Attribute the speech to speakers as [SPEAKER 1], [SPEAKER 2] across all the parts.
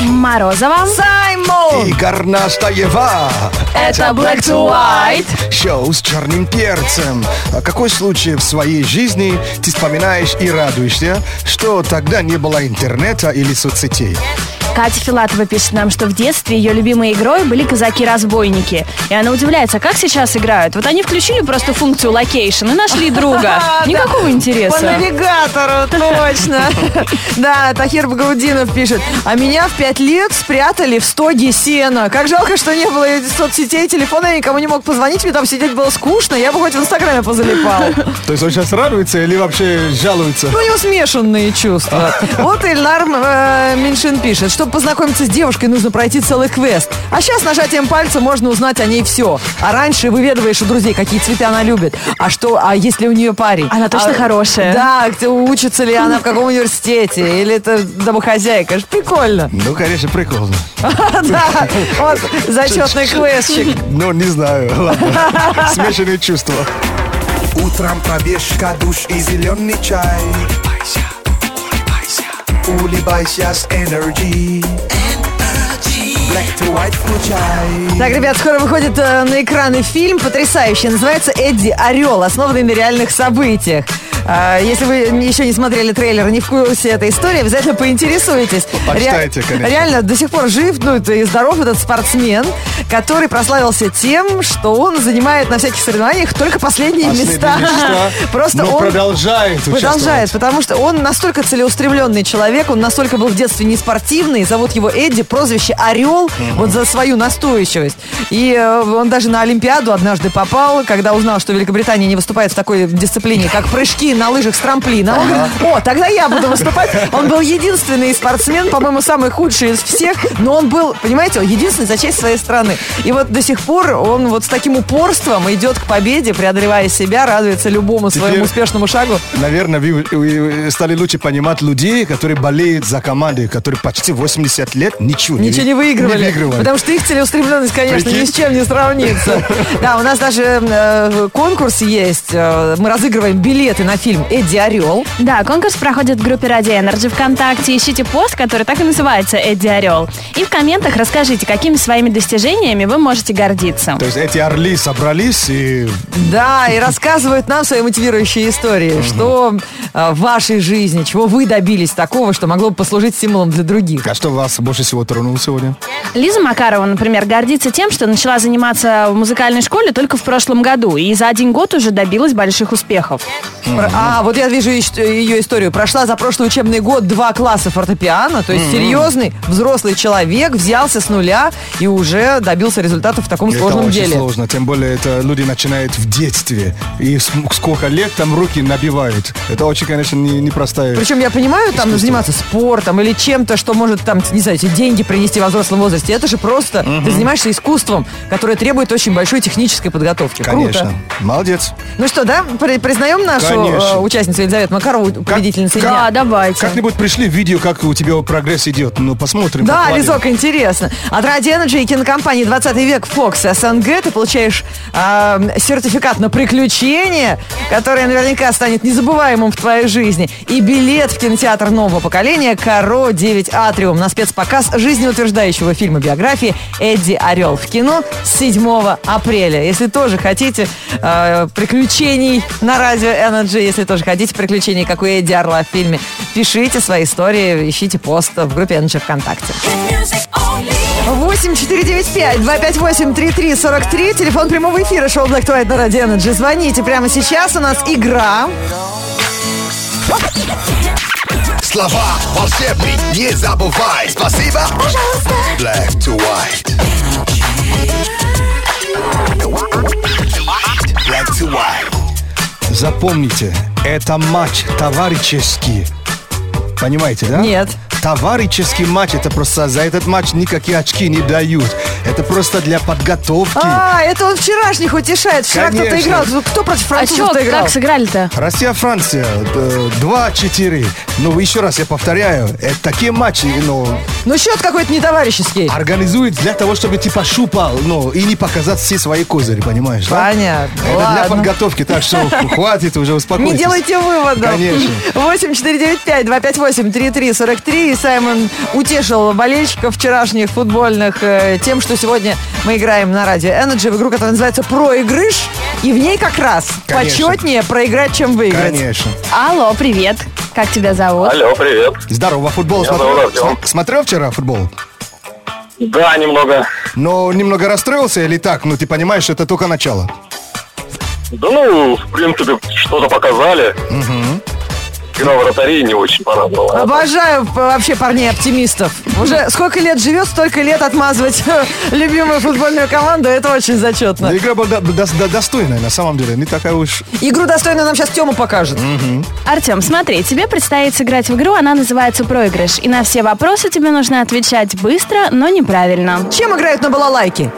[SPEAKER 1] Морозова.
[SPEAKER 2] Саймон!
[SPEAKER 3] И Горнастаева.
[SPEAKER 1] Это Black to White.
[SPEAKER 3] Шоу с черным перцем. А Какой случай в своей жизни ты вспоминаешь и радуешься, что тогда не было интернета или соцсетей?
[SPEAKER 1] Катя Филатова пишет нам, что в детстве ее любимой игрой были казаки-разбойники. И она удивляется, как сейчас играют. Вот они включили просто функцию локейшн и нашли друга.
[SPEAKER 2] А, да.
[SPEAKER 1] Никакого
[SPEAKER 2] По
[SPEAKER 1] интереса.
[SPEAKER 2] навигатору, точно. Да, Тахир Багаудинов пишет. А меня в пять лет спрятали в стоге сена. Как жалко, что не было соцсетей, телефона, я никому не мог позвонить, мне там сидеть было скучно, я бы хоть в Инстаграме позалипал.
[SPEAKER 3] То есть он сейчас радуется или вообще жалуется?
[SPEAKER 2] Ну, у него смешанные чувства. Вот Ильнар э, Меньшин пишет, чтобы познакомиться с девушкой, нужно пройти целый квест. А сейчас нажатием пальца можно узнать о ней все. А раньше выведываешь у друзей, какие цветы она любит. А что, а если у нее парень?
[SPEAKER 1] Она точно
[SPEAKER 2] А,
[SPEAKER 1] хорошая.
[SPEAKER 2] Да, где- учится ли она в каком университете? Или это домохозяйка? Ж Прикольно.
[SPEAKER 3] Ну, конечно, прикольно.
[SPEAKER 2] Да, вот зачетный квестчик.
[SPEAKER 3] Ну, не знаю, ладно. Смешанные чувства.
[SPEAKER 4] Утром пробежка, душ и зеленый чай. Улыбайся с Energy. Black to white включай.
[SPEAKER 2] Так, ребят, скоро выходит э, на экраны фильм потрясающий. Называется «Эдди Орел», основанный на реальных событиях. А, Если вы еще не смотрели трейлер и не в курсе этой истории, обязательно поинтересуйтесь.
[SPEAKER 3] Почитайте, конечно.
[SPEAKER 2] Реально, до сих пор жив, ну это и здоров этот спортсмен, который прославился тем, что он занимает на всяких соревнованиях только последние,
[SPEAKER 3] Последние
[SPEAKER 2] места.
[SPEAKER 3] места.
[SPEAKER 2] Просто
[SPEAKER 3] Но
[SPEAKER 2] он
[SPEAKER 3] продолжает
[SPEAKER 2] Продолжает, потому что он настолько целеустремленный человек, он настолько был в детстве неспортивный, зовут его Эдди, прозвище Орел, вот за свою настойчивость. И э, он даже на Олимпиаду однажды попал, когда узнал, что Великобритания не выступает в такой дисциплине, как прыжки на лыжах с трамплина. Он говорит, о, тогда я буду выступать. Он был единственный спортсмен, по-моему, самый худший из всех, но он был, понимаете, он единственный за честь своей страны. И вот до сих пор он вот с таким упорством идет к победе, преодолевая себя, радуется любому своему
[SPEAKER 3] Теперь-
[SPEAKER 2] успешному шагу.
[SPEAKER 3] Наверное, вы, вы стали лучше понимать людей, которые болеют за команды, которые почти 80 лет ничего,
[SPEAKER 2] Ничего не выигрывали.
[SPEAKER 3] не выигрывали.
[SPEAKER 2] Потому что их целеустремленность, конечно, ни с
[SPEAKER 3] Прикинь?
[SPEAKER 2] чем не сравнится. Да, у нас даже э, конкурс есть. Э, Мы разыгрываем билеты на фильм «Эдди Орел».
[SPEAKER 1] Да, конкурс проходит в группе Ради Energy ВКонтакте. Ищите пост, который так и называется «Эдди Орел». И в комментах расскажите, какими своими достижениями вы можете гордиться.
[SPEAKER 3] То есть эти орли собрались и...
[SPEAKER 2] Да, и рассказывают нам свои мотивирующие истории, что э, в вашей жизни, чего вы добились такого, что могло бы послужить символом для других.
[SPEAKER 3] А что вас больше всего тронуло сегодня?
[SPEAKER 1] Лиза Макарова, например, гордится тем, что начала заниматься в музыкальной школе только в прошлом году и за один год уже добилась больших успехов.
[SPEAKER 2] Про- А, вот я вижу ищ- ее историю. Прошла за прошлый учебный год два класса фортепиано, то есть серьезный взрослый человек взялся с нуля и уже добился результата в таком
[SPEAKER 3] это
[SPEAKER 2] сложном
[SPEAKER 3] очень
[SPEAKER 2] деле.
[SPEAKER 3] сложно, тем более это люди начинают в детстве. И см- сколько лет там руки набивают. Это очень, конечно, не- непростая...
[SPEAKER 2] Причем я понимаю, там заниматься спортом или чем-то, что может там, не знаю, тебе деньги принести во взрослом возрасте. Это же просто ты занимаешься искусством, которое требует очень большой технической подготовки.
[SPEAKER 3] Конечно.
[SPEAKER 2] Круто.
[SPEAKER 3] Молодец.
[SPEAKER 2] Ну что, да, при- признаем нашу
[SPEAKER 3] Конечно.
[SPEAKER 2] э, участницу Елизавету Макарову победительницей
[SPEAKER 3] как-
[SPEAKER 2] дня?
[SPEAKER 1] Да, давайте.
[SPEAKER 3] Как-нибудь пришли видео, как у тебя прогресс идет. Ну, посмотрим.
[SPEAKER 2] Да,
[SPEAKER 3] похвалим.
[SPEAKER 2] Лизок, интересно. От Ради Energy и кинокомпании 20 век Fox СНГ ты получаешь а, сертификат на приключения, который наверняка станет незабываемым в твоей жизни. И билет в кинотеатр нового поколения Каро 9 Атриум на спецпоказ жизнеутверждающего фильма биографии Эдди Орел в кино с 7 апреля. Если тоже хотите э, приключений на радио Energy, если тоже хотите приключений, как у Эдди Орла в фильме, пишите свои истории, ищите пост в группе Energy ВКонтакте. 8495-258-3343, телефон прямого эфира шоу Black to White на радио Energy. Звоните прямо сейчас, у нас игра.
[SPEAKER 4] Слова волшебный, не забывай. Спасибо. Пожалуйста. Black to white. Black to white.
[SPEAKER 3] Запомните, это матч товарищеский. Понимаете, да?
[SPEAKER 2] Нет.
[SPEAKER 3] Товарищеский матч, это просто за этот матч никакие очки не дают. Это просто для подготовки.
[SPEAKER 2] А, это он вчерашних утешает. Вчера кто-то
[SPEAKER 3] Конечно.
[SPEAKER 2] играл. Кто против
[SPEAKER 1] А что,
[SPEAKER 2] французов играл?
[SPEAKER 1] как сыграли-то?
[SPEAKER 3] Россия-Франция э, 2-4. Ну, еще раз я повторяю, это такие матчи, ну,
[SPEAKER 2] Ну, счет какой-то нетоварищеский.
[SPEAKER 3] организуют для того, чтобы типа шупал, ну, и не показать все свои козыри, понимаешь? да?
[SPEAKER 2] Понятно.
[SPEAKER 3] Это для
[SPEAKER 2] Ладно.
[SPEAKER 3] подготовки, так что хватит уже успокойтесь.
[SPEAKER 2] Не делайте выводов.
[SPEAKER 3] Конечно.
[SPEAKER 2] 8 495 258 3343. И Саймон утешил болельщиков вчерашних футбольных э, тем, что сегодня мы играем на радио Energy в игру, которая называется «Проигрыш». И в ней как раз
[SPEAKER 3] Конечно.
[SPEAKER 2] почетнее проиграть, чем выиграть.
[SPEAKER 3] Конечно.
[SPEAKER 1] Алло, привет. Как тебя зовут?
[SPEAKER 5] Алло, привет.
[SPEAKER 3] Здорово, футбол
[SPEAKER 5] Меня
[SPEAKER 3] смотрел?
[SPEAKER 5] зовут Артем.
[SPEAKER 3] См- Смотрел вчера футбол?
[SPEAKER 5] Да, немного.
[SPEAKER 3] Но немного расстроился или так? Ну, ты понимаешь, это только начало.
[SPEAKER 5] Да ну, в принципе, что-то показали. Игра вратарей не очень
[SPEAKER 2] А
[SPEAKER 5] порадовала.
[SPEAKER 2] Обожаю п- вообще парней-оптимистов. Уже сколько лет живет, столько лет отмазывать любимую футбольную команду. Это очень зачетно.
[SPEAKER 3] Но игра была до- до- до- достойная, на самом деле. Не такая уж...
[SPEAKER 2] Игру достойную нам сейчас Тема покажет.
[SPEAKER 1] Артем, смотри, тебе предстоит сыграть в игру, она называется «Проигрыш». И на все вопросы тебе нужно отвечать быстро, но неправильно.
[SPEAKER 2] Чем играют на балалайке?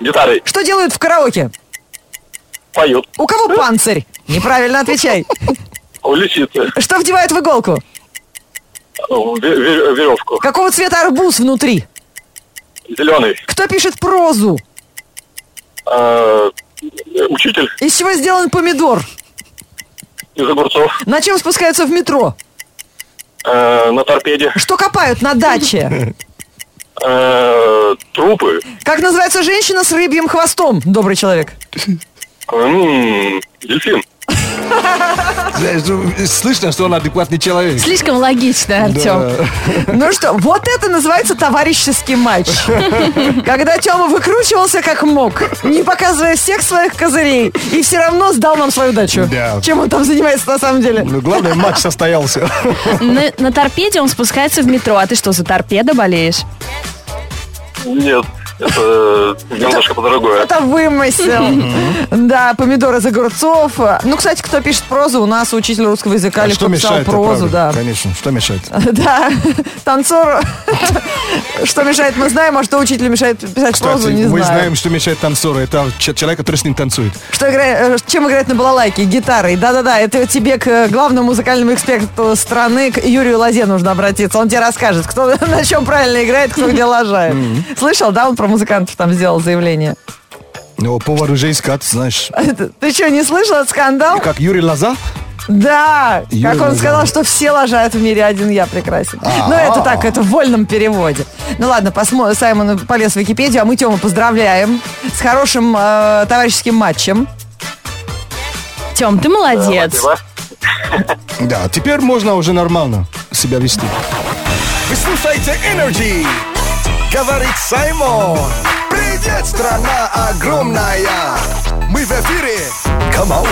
[SPEAKER 5] Гитары
[SPEAKER 2] Что делают в караоке?
[SPEAKER 5] поют,
[SPEAKER 2] У кого панцирь? Неправильно отвечай.
[SPEAKER 5] у лисицы
[SPEAKER 2] Что вдевают в иголку?
[SPEAKER 5] ну, ве- ве- веревку,
[SPEAKER 2] Какого цвета арбуз внутри?
[SPEAKER 5] зеленый,
[SPEAKER 2] Кто пишет прозу?
[SPEAKER 5] э, учитель
[SPEAKER 2] Из чего сделан помидор?
[SPEAKER 5] из огурцов,
[SPEAKER 2] На чем спускаются в метро?
[SPEAKER 5] э, на торпеде,
[SPEAKER 2] Что копают на даче?
[SPEAKER 5] э, трупы,
[SPEAKER 2] Как называется женщина с рыбьим хвостом, добрый человек?
[SPEAKER 5] м, М-м-м, дельфин.
[SPEAKER 3] Знаешь, ну, Слышно, что он адекватный человек.
[SPEAKER 1] Слишком логично, Артем.
[SPEAKER 3] Да.
[SPEAKER 2] Ну что, вот это называется товарищеский матч. Когда Тёма выкручивался как мог, не показывая всех своих козырей, и все равно сдал нам свою дачу.
[SPEAKER 3] Да.
[SPEAKER 2] Чем он там занимается на самом деле?
[SPEAKER 3] Ну, главное, матч состоялся.
[SPEAKER 1] На, на торпеде он спускается в метро. А ты что, за торпедо болеешь?
[SPEAKER 5] Нет, это э, немножко по-другое.
[SPEAKER 2] Это Ну, вымысел. Да, помидоры из огурцов. Ну, кстати, кто пишет прозу, у нас учитель русского языка легко
[SPEAKER 3] А Что
[SPEAKER 2] писал
[SPEAKER 3] мешает?
[SPEAKER 2] прозу, да. А
[SPEAKER 3] Конечно, что мешает?
[SPEAKER 2] Да, танцор, что мешает, мы знаем, а что учителю мешает писать прозу,
[SPEAKER 3] Кстати,
[SPEAKER 2] не
[SPEAKER 3] мы
[SPEAKER 2] знаю.
[SPEAKER 3] знаем, что мешает танцору. Это ч- человек, который с ним танцует.
[SPEAKER 2] Что игра- э, чем играть на балалайке? Гитарой. Да-да-да, это тебе к э, главному музыкальному эксперту страны, к Юрию Лазе нужно обратиться. Он тебе расскажет, кто на чем правильно играет, кто где лажает. Слышал, да, он про музыкантов там сделал заявление?
[SPEAKER 3] Но Ну, повар уже искать, знаешь.
[SPEAKER 2] Ты что, не слышал этот скандал?
[SPEAKER 3] Как Юрий Лоза?
[SPEAKER 2] Да,
[SPEAKER 3] Юра
[SPEAKER 2] как он
[SPEAKER 3] Лоза.
[SPEAKER 2] сказал, что все лажают в мире, один я прекрасен. Ну, это так, это в вольном переводе. Ну ладно, посмо- Саймон полез в Википедию, а мы Тему поздравляем с хорошим э, товарищеским матчем.
[SPEAKER 1] Тем, ты молодец.
[SPEAKER 5] Спасибо.
[SPEAKER 3] Да, теперь можно уже нормально себя вести.
[SPEAKER 4] Вы слушаете Energy. Говорит Саймон. Привет, страна огромная. Мы в эфире. Come on.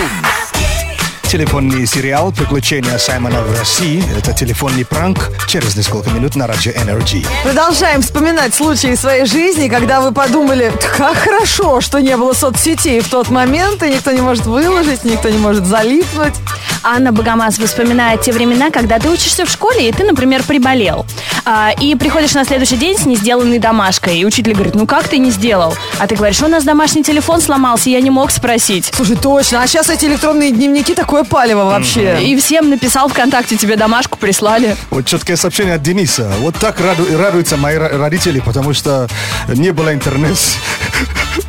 [SPEAKER 3] Телефонный сериал «Приключения Саймона в России» — это телефонный пранк через несколько минут на радио Energy.
[SPEAKER 2] Продолжаем вспоминать случаи из своей жизни, когда вы подумали, «Ть, как хорошо, что не было соцсетей в тот момент, и никто не может выложить, никто не может залипнуть.
[SPEAKER 1] Анна Богомаз вспоминает те времена, когда ты учишься в школе, и ты, например, приболел. А, и приходишь на следующий день с несделанной домашкой. И учитель говорит, ну как ты не сделал? А ты говоришь, у нас домашний телефон сломался, я не мог спросить.
[SPEAKER 2] Слушай, точно, а сейчас эти электронные дневники такое палево вообще.
[SPEAKER 1] И всем написал ВКонтакте, тебе домашку прислали.
[SPEAKER 3] Вот четкое сообщение от Дениса. Вот так раду- радуются мои ро- родители, потому что не было интернета.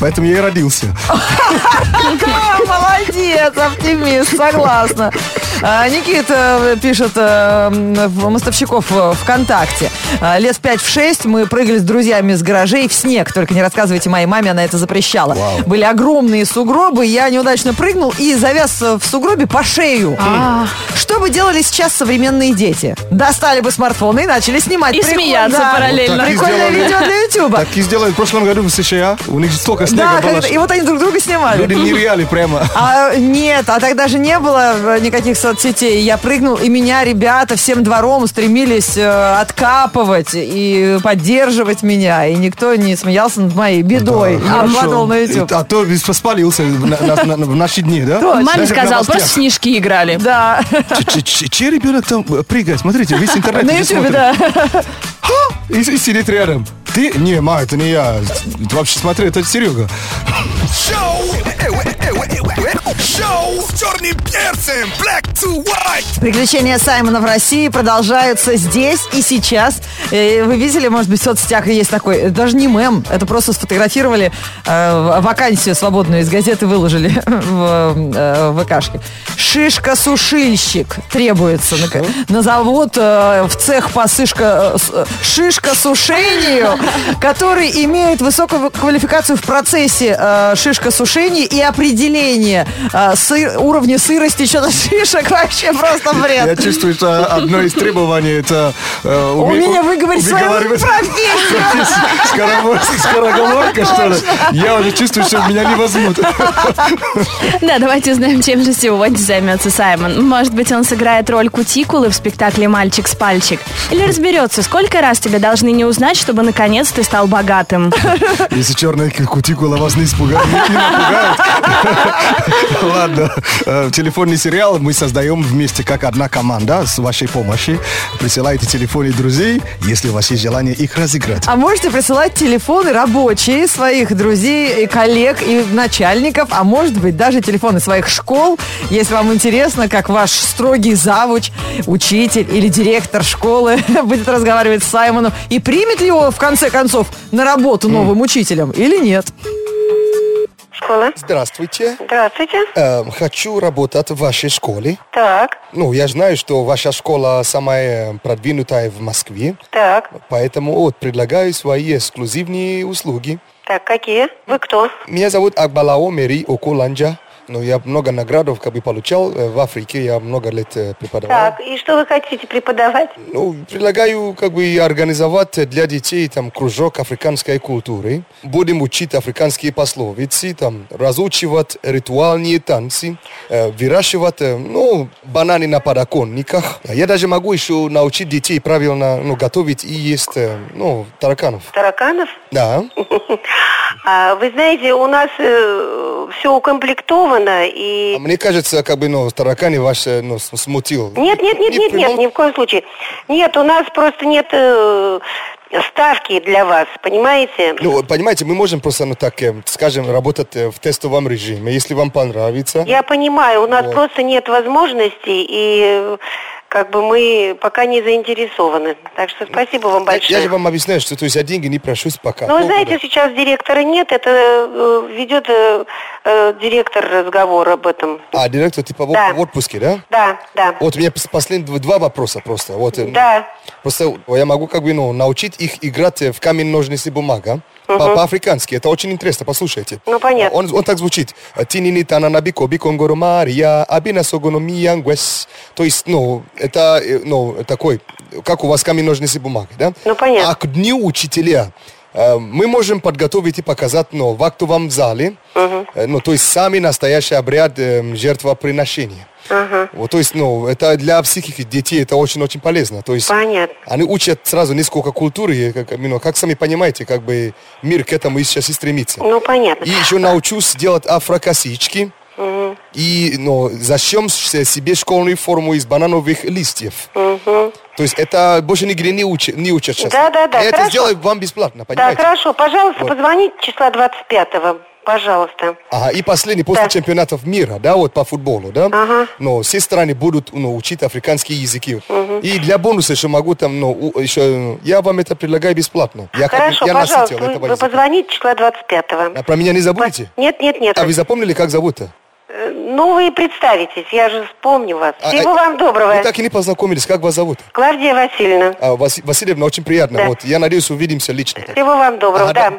[SPEAKER 3] Поэтому я и родился.
[SPEAKER 2] А. Да, Молодец, оптимист, согласна. А, Никита пишет э, в Мостовщиков э, ВКонтакте. А, Лет 5 в 6 мы прыгали с друзьями из гаражей в снег. Только не рассказывайте моей маме, она это запрещала. Были огромные сугробы, я неудачно прыгнул и завяз э, в сугробе по шею.
[SPEAKER 1] А.
[SPEAKER 2] Что бы делали сейчас современные дети? Достали бы смартфоны и начали снимать.
[SPEAKER 1] И
[SPEAKER 2] Прикол-
[SPEAKER 1] смеяться
[SPEAKER 2] да.
[SPEAKER 1] параллельно.
[SPEAKER 3] Вот так и
[SPEAKER 2] Прикольное
[SPEAKER 3] сделали.
[SPEAKER 2] видео для Ютуба.
[SPEAKER 3] Так и сделали в прошлом году в США. У них столько
[SPEAKER 2] Да,
[SPEAKER 3] снега было.
[SPEAKER 2] как-то- и вот они друг друга снимали.
[SPEAKER 3] Люди нереали прямо.
[SPEAKER 2] А, нет, а тогда же не было э, никаких соцсетей. Я прыгнул, и меня ребята всем двором стремились э, откапывать и поддерживать меня. И никто не смеялся над моей бедой.
[SPEAKER 3] Да,
[SPEAKER 2] не
[SPEAKER 3] хорошо.
[SPEAKER 2] выкладывал на YouTube.
[SPEAKER 3] И- А то бес- спалился в на- на- на- в наши дни, да?
[SPEAKER 2] Точно.
[SPEAKER 1] Маме
[SPEAKER 3] Даже в
[SPEAKER 1] сказал,
[SPEAKER 3] новостях.
[SPEAKER 1] просто в снежки играли.
[SPEAKER 2] Да,
[SPEAKER 3] Ч- ч- ч- Чей ребенок там э, прыгает? Смотрите, весь интернет.
[SPEAKER 2] на
[SPEAKER 3] уже
[SPEAKER 2] YouTube,
[SPEAKER 3] смотрит.
[SPEAKER 2] да.
[SPEAKER 3] и, и сидит рядом. Ты? Не, ма, это не я. Ты вообще смотри, это Серега.
[SPEAKER 4] Шоу! eh, oh, Шоу с черным перцем! Black to white!
[SPEAKER 2] Приключения Саймона в России продолжаются здесь и сейчас. Э, Вы видели, может быть, в соцсетях есть такой, это даже не мем, это просто сфотографировали э, вакансию свободную из газеты, выложили в э, ВКшке. Шишка-сушильщик требуется на, ка- на завод, э, в цех по сышка, э, с- э, шишка-сушению, который имеет высокую квалификацию в процессе э, шишка-сушения и определение э, сы- уровня сырости что-то шишек вообще просто
[SPEAKER 3] Я
[SPEAKER 2] бред.
[SPEAKER 3] чувствую, что одно из требований это э, уме-
[SPEAKER 2] Умение выговорить свою
[SPEAKER 3] выговаривать-
[SPEAKER 2] профессию.
[SPEAKER 3] Скоровор- Скороговорка, что ли? Я уже чувствую, что меня не возьмут.
[SPEAKER 1] Да, давайте узнаем, чем же сегодня займется Саймон. Может быть, он сыграет роль кутикулы в спектакле «Мальчик с пальчик». Или разберется, сколько раз тебя должны не узнать, чтобы наконец ты стал богатым.
[SPEAKER 3] Если черная ку- кутикула вас не испугает, не напугает. Ладно. Э, Телефонный сериал мы создаем вместе как одна команда с вашей помощью. Присылайте телефоны друзей, если у вас есть желание их разыграть.
[SPEAKER 2] А можете присылать телефоны рабочие своих друзей, и коллег и начальников, а может быть даже телефоны своих школ, если вам интересно, как ваш строгий завуч, учитель или директор школы будет разговаривать с Саймоном и примет ли его в конце концов на работу новым учителем или нет.
[SPEAKER 6] Школа.
[SPEAKER 3] Здравствуйте. Эм,
[SPEAKER 6] Здравствуйте.
[SPEAKER 3] хочу работать в вашей школе.
[SPEAKER 6] Так,
[SPEAKER 3] Ну, я знаю, что ваша школа самая продвинутая в Москве,
[SPEAKER 6] так,
[SPEAKER 3] поэтому вот, предлагаю свои эксклюзивные услуги.
[SPEAKER 6] так, какие? Вы кто?
[SPEAKER 3] Меня зовут Акбалао Мери Окуланджа. Ну, я много наградов как бы получал э, в Африке, я много лет э, преподавал.
[SPEAKER 6] Так, и что вы хотите преподавать?
[SPEAKER 3] Ну, предлагаю как бы организовать э, для детей там кружок африканской культуры. Будем учить африканские пословицы, там, разучивать ритуальные танцы, э, выращивать, э, ну, бананы на подоконниках. А Я даже могу еще научить детей правильно, ну, готовить и есть, э, ну, тараканов.
[SPEAKER 6] Тараканов?
[SPEAKER 3] Да.
[SPEAKER 6] А, вы знаете, у нас все укомплектовано и...
[SPEAKER 3] А Мне кажется, как бы, ну, тараканы вас э, ну, с- смутил.
[SPEAKER 6] Нет, нет, нет,
[SPEAKER 3] Не
[SPEAKER 6] нет, нет,
[SPEAKER 3] придумал?
[SPEAKER 6] ни в коем случае. Нет, у нас просто нет э, ставки для вас, понимаете?
[SPEAKER 3] Ну, вот, понимаете, мы можем просто, ну, так, э, скажем, работать э, в тестовом режиме, если вам понравится.
[SPEAKER 6] Я понимаю, у нас
[SPEAKER 3] Вот.
[SPEAKER 6] просто нет возможностей и э, как бы мы пока не заинтересованы. Так что спасибо вам
[SPEAKER 3] Я-
[SPEAKER 6] большое.
[SPEAKER 3] Я же вам объясняю, что то есть я деньги не прошусь пока.
[SPEAKER 6] Э, Ну, вы знаете, сейчас директора нет, это э, ведет э, э, директор разговор об этом.
[SPEAKER 3] А директор типа в-
[SPEAKER 6] Да.
[SPEAKER 3] в отпуске, да?
[SPEAKER 6] Да, да.
[SPEAKER 3] Вот у меня пос- последние дв- два вопроса просто. Вот, э,
[SPEAKER 6] Да.
[SPEAKER 3] Просто я могу как бы ну, научить их играть э, в камень, ножницы, бумага. По- По-африкански. Это очень интересно, послушайте.
[SPEAKER 6] Ну, понятно.
[SPEAKER 3] Он, он так звучит. Тинини танана бико биконгоро мария абина согоно миянгвес. То есть, ну, это, э, ну, такой, как у вас камень, ножницы, бумага, да?
[SPEAKER 6] Ну, понятно.
[SPEAKER 3] А к дню учителя э, мы можем подготовить и показать, но в актовом зале, э, ну, то есть самый настоящий обряд э, жертвоприношения. Вот, то есть, ну, это для психики детей это очень-очень полезно. То есть
[SPEAKER 6] Понятно.
[SPEAKER 3] они учат сразу несколько культур, и, как, ну, как сами понимаете, как бы мир к этому и сейчас и стремится.
[SPEAKER 6] Ну, понятно.
[SPEAKER 3] И еще научусь делать афрокосички. И ну, зачем с- себе школьную форму из банановых листьев? То есть это больше нигде не учат, не учат сейчас.
[SPEAKER 6] Да-да-да,
[SPEAKER 3] Я это
[SPEAKER 6] хорошо.
[SPEAKER 3] сделаю вам бесплатно,
[SPEAKER 6] Да,
[SPEAKER 3] понимаете?
[SPEAKER 6] хорошо, пожалуйста,
[SPEAKER 3] Вот.
[SPEAKER 6] позвоните числа 25-го, пожалуйста.
[SPEAKER 3] Ага, и последний, после
[SPEAKER 6] Да.
[SPEAKER 3] чемпионатов мира, да, вот по футболу, да?
[SPEAKER 6] Ага.
[SPEAKER 3] Но все страны будут ну, учить африканские языки. И для бонуса еще могу там, ну, у- еще, я вам это предлагаю бесплатно. Я, как бы-
[SPEAKER 6] Хорошо,
[SPEAKER 3] я
[SPEAKER 6] пожалуйста,
[SPEAKER 3] насытил
[SPEAKER 6] вы,
[SPEAKER 3] этого
[SPEAKER 6] вы
[SPEAKER 3] языка.
[SPEAKER 6] позвоните числа 25-го.
[SPEAKER 3] А про меня не забудете?
[SPEAKER 6] Нет, нет, нет.
[SPEAKER 3] А вы запомнили, как зовут-то?
[SPEAKER 6] Э, Ну, вы представитесь, я же вспомню вас.
[SPEAKER 3] А,
[SPEAKER 6] Всего
[SPEAKER 3] а,
[SPEAKER 6] вам доброго.
[SPEAKER 3] Вы так и не познакомились, как вас зовут?
[SPEAKER 6] Клавдия Васильевна,
[SPEAKER 3] А, Вас- Васильевна, очень приятно.
[SPEAKER 6] Да.
[SPEAKER 3] Вот, я надеюсь, увидимся лично.
[SPEAKER 6] всего вам доброго,
[SPEAKER 3] А, да.
[SPEAKER 6] да.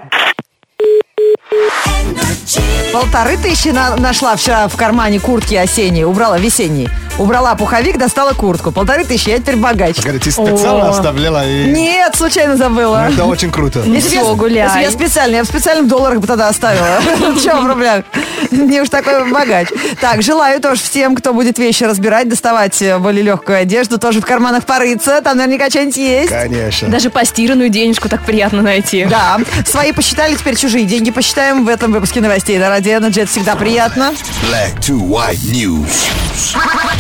[SPEAKER 2] Полторы тысячи на- нашла вчера в кармане куртки осенней, убрала весенний. Убрала пуховик, достала куртку. Полторы тысячи, я теперь богач.
[SPEAKER 3] ты
[SPEAKER 2] специально О.
[SPEAKER 3] оставляла и...
[SPEAKER 2] Нет, случайно забыла.
[SPEAKER 3] очень круто.
[SPEAKER 1] Ну.
[SPEAKER 2] Если б я-
[SPEAKER 1] Всё, гуляй.
[SPEAKER 2] если б я специально, я бы специально в долларах бы тогда оставила. Чего в рублях? Мне уж такой богач. Так, желаю тоже всем, кто будет вещи разбирать, доставать э, более легкую одежду, тоже в карманах порыться, там наверняка что-нибудь есть.
[SPEAKER 3] Конечно.
[SPEAKER 1] Даже постиранную денежку так приятно найти.
[SPEAKER 2] Да, свои посчитали, теперь чужие деньги посчитаем в этом выпуске новостей на Радио Energy. Это всегда приятно.
[SPEAKER 4] Black to white news.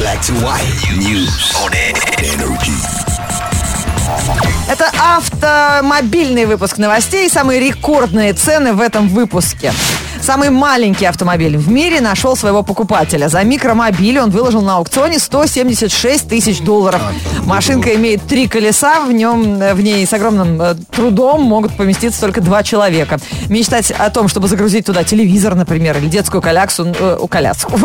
[SPEAKER 4] Black to white news on E- energy.
[SPEAKER 2] Это автомобильный выпуск новостей и самые рекордные цены в этом выпуске. Самый маленький автомобиль в мире нашел своего покупателя. За микромобиль он выложил на аукционе 176 тысяч долларов. Машинка имеет три колеса, в, нем, в ней с огромным э, трудом могут поместиться только два человека. Мечтать о том, чтобы загрузить туда телевизор, например, или детскую коляксу, э, у коляску,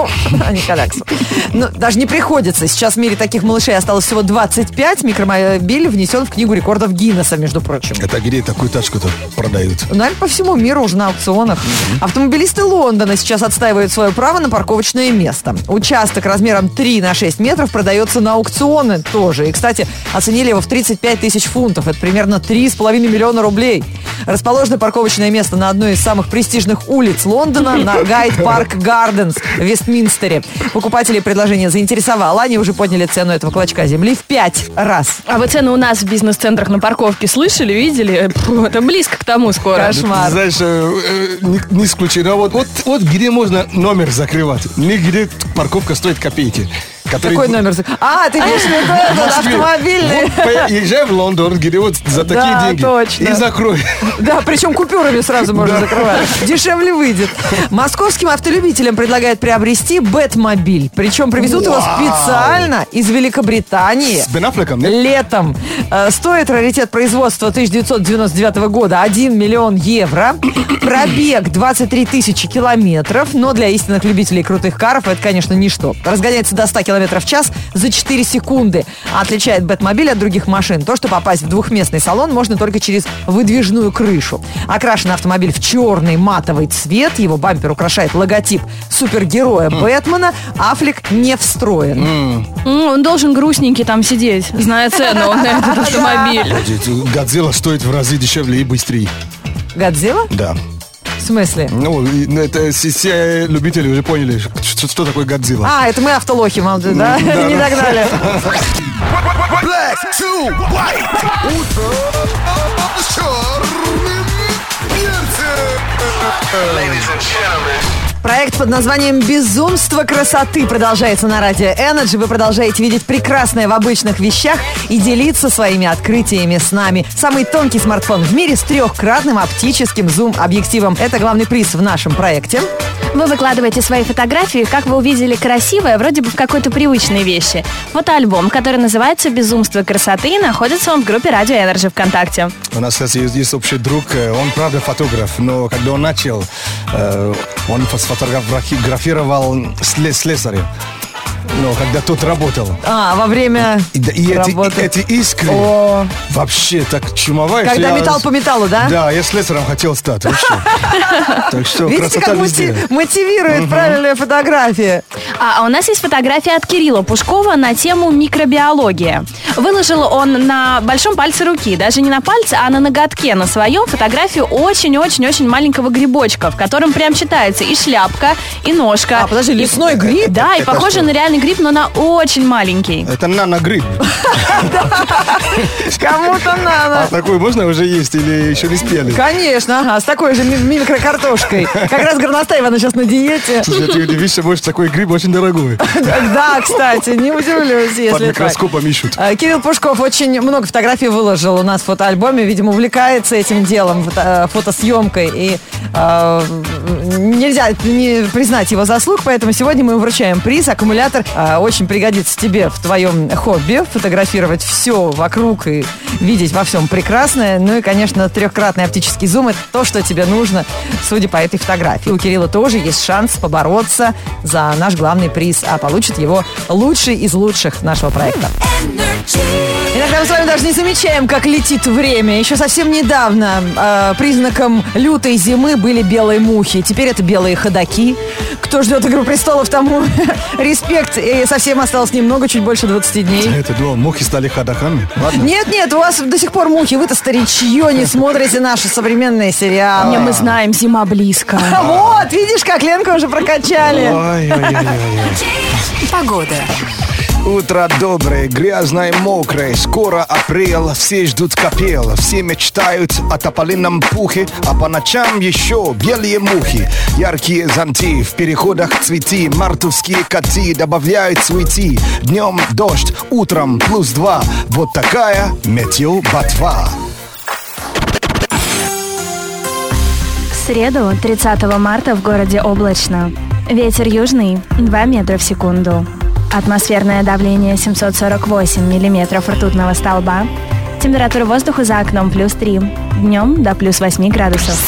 [SPEAKER 2] а не коляксу, ну, даже не приходится. Сейчас в мире таких малышей осталось всего 25. Микромобиль внесен в книгу рекордов Гиннесса, между прочим.
[SPEAKER 3] Это где такую тачку-то продают?
[SPEAKER 2] Наверное, Ну, по всему миру уже на аукционах. Автомобилисты Лондона сейчас отстаивают свое право на парковочное место. Участок размером 3 на 6 метров продается на аукционы тоже. И, кстати, оценили его в 35 тысяч фунтов. Это примерно 3,5 миллиона рублей. Расположено парковочное место на одной из самых престижных улиц Лондона, на Гайд Парк Гарденс в Вестминстере. Покупателей предложение заинтересовало. Они уже подняли цену этого клочка земли в 5 раз.
[SPEAKER 7] А вы цены у нас в бизнес-центрах на парковке слышали, видели? Э, пф, Это близко к тому скоро.
[SPEAKER 2] Конечно. Кошмар.
[SPEAKER 3] Ну, Ты Знаешь, э, э, не, не исключено. Вот, вот, вот где можно номер закрывать. Нигде парковка стоит копейки. Который-
[SPEAKER 2] Какой номер? за- А, ты имеешь в виду этот автомобильный?
[SPEAKER 3] Вот по- езжай в Лондон, где вот за такие
[SPEAKER 2] Да,
[SPEAKER 3] деньги.
[SPEAKER 2] точно.
[SPEAKER 3] И закрой.
[SPEAKER 2] Да, причем купюрами сразу можно закрывать. Дешевле выйдет. Московским автолюбителям предлагают приобрести Бэтмобиль. Причем привезут его специально из Великобритании.
[SPEAKER 3] С Бен Аффлеком, нет?
[SPEAKER 2] Летом Э, стоит раритет производства 1999 года 1 миллион евро, пробег 23 тысячи километров, но для истинных любителей крутых каров это, конечно, ничто. Разгоняется до 100 километров в час за 4 секунды. Отличает Бэтмобиль от других машин то, что попасть в двухместный салон можно только через выдвижную крышу. Окрашен автомобиль в черный матовый цвет, его бампер украшает логотип супергероя Бэтмена, Аффлек не встроен.
[SPEAKER 7] М, Он должен грустненький там сидеть, зная цену он на этот автомобиль.
[SPEAKER 3] Годзилла стоит в разы дешевле и быстрее.
[SPEAKER 2] Годзилла?
[SPEAKER 3] Да.
[SPEAKER 2] В смысле?
[SPEAKER 3] Ну, и, ну, это все- все любители уже поняли, ш- что, что такое Годзилла.
[SPEAKER 2] А, это мы автолохи, мам, да?
[SPEAKER 3] Ну, да,
[SPEAKER 2] Не
[SPEAKER 3] да.
[SPEAKER 2] догнали.
[SPEAKER 8] Black to white. Утро с черным
[SPEAKER 2] Проект под названием «Безумство красоты» продолжается на радио Energy. Вы продолжаете видеть прекрасное в обычных вещах и делиться своими открытиями с нами. Самый тонкий смартфон в мире с трехкратным оптическим зум-объективом. Это главный приз в нашем проекте.
[SPEAKER 1] Вы выкладываете свои фотографии, как вы увидели красивое, вроде бы в какой-то привычной вещи. Фотоальбом, который называется «Безумство красоты», находится он в группе Радио Energy ВКонтакте.
[SPEAKER 3] У нас сейчас есть, есть общий друг, э, он правда фотограф, но когда он начал, э, он фос- фотографировал сле- слесаря. Но когда тот работал,
[SPEAKER 2] А, во время
[SPEAKER 3] И, да- и эти,
[SPEAKER 2] работы.
[SPEAKER 3] и эти искры
[SPEAKER 2] О.
[SPEAKER 3] вообще так чумовая. что
[SPEAKER 2] Когда
[SPEAKER 3] я-
[SPEAKER 2] металл по металлу, да?
[SPEAKER 3] Да, я слесарем хотел стать вообще. Так что
[SPEAKER 2] Видите,
[SPEAKER 3] красота
[SPEAKER 2] как
[SPEAKER 3] везде.
[SPEAKER 2] мути- мотивирует правильная фотография.
[SPEAKER 1] А, а у нас есть фотография от Кирилла Пушкова на тему микробиология. Выложил он на большом пальце руки, даже не на пальце, а на ноготке на своем фотографию очень-очень-очень маленького грибочка, в котором прям читается и шляпка, и ножка.
[SPEAKER 2] А, подожди,
[SPEAKER 1] И-
[SPEAKER 2] лесной гриб?
[SPEAKER 1] Да, и
[SPEAKER 3] Это
[SPEAKER 1] похоже
[SPEAKER 3] что?
[SPEAKER 1] на реальный гриб, но на очень маленький.
[SPEAKER 3] Это нано-гриб.
[SPEAKER 2] Кому-то надо.
[SPEAKER 3] А такой можно уже есть или еще не спели?
[SPEAKER 2] Конечно, ага, с такой же ми- микрокартошкой. Как раз Горностаева, она сейчас на диете.
[SPEAKER 3] Слушай, ты удивишься, может, такой гриб очень дорогой.
[SPEAKER 2] Да, кстати, не удивлюсь,
[SPEAKER 3] Под
[SPEAKER 2] если так.
[SPEAKER 3] микроскопом ищут.
[SPEAKER 2] Э, Кирилл Пушков очень много фотографий выложил у нас в фотоальбоме. Видимо, увлекается этим делом, фото- э, фотосъемкой. И э, нельзя не признать его заслуг, поэтому сегодня мы вручаем приз. Аккумулятор э, очень пригодится тебе в твоем хобби. Фотографировать все вокруг и видеть во всем прекрасное. Ну и, конечно, трехкратный оптический зум – это то, что тебе нужно, судя по этой фотографии. У Кирилла тоже есть шанс побороться за наш главный приз, а получит его лучший из лучших нашего проекта. Иногда мы с вами даже не замечаем, как летит время. Еще совсем недавно э, признаком лютой зимы были белые мухи. Теперь это белые ходаки. Кто ждет «Игру престолов», тому респект. И совсем осталось немного, чуть больше 20 дней.
[SPEAKER 3] Это думал, мухи стали ходаками. Ладно.
[SPEAKER 2] Нет, нет, у вас до сих пор мухи. Вы-то старичье не смотрите наши современные сериалы.
[SPEAKER 7] Мы знаем, зима близко.
[SPEAKER 2] Вот, видишь, как Ленка уже прокачали.
[SPEAKER 3] Ой-ой-ой.
[SPEAKER 9] Погода.
[SPEAKER 3] Утро доброе, грязное, мокрое. Скоро апрель, все ждут капел. Все мечтают о тополином пухе, а по ночам еще белые мухи. Яркие зонти, в переходах цветы. Мартовские коты добавляют суети. Днем дождь, утром плюс два. Вот такая метео ботва.
[SPEAKER 1] среду, 30 марта, в городе облачно. Ветер южный 2 метра в секунду. Атмосферное давление 748 миллиметров ртутного столба. Температура воздуха за окном плюс 3. Днем до плюс 8 градусов.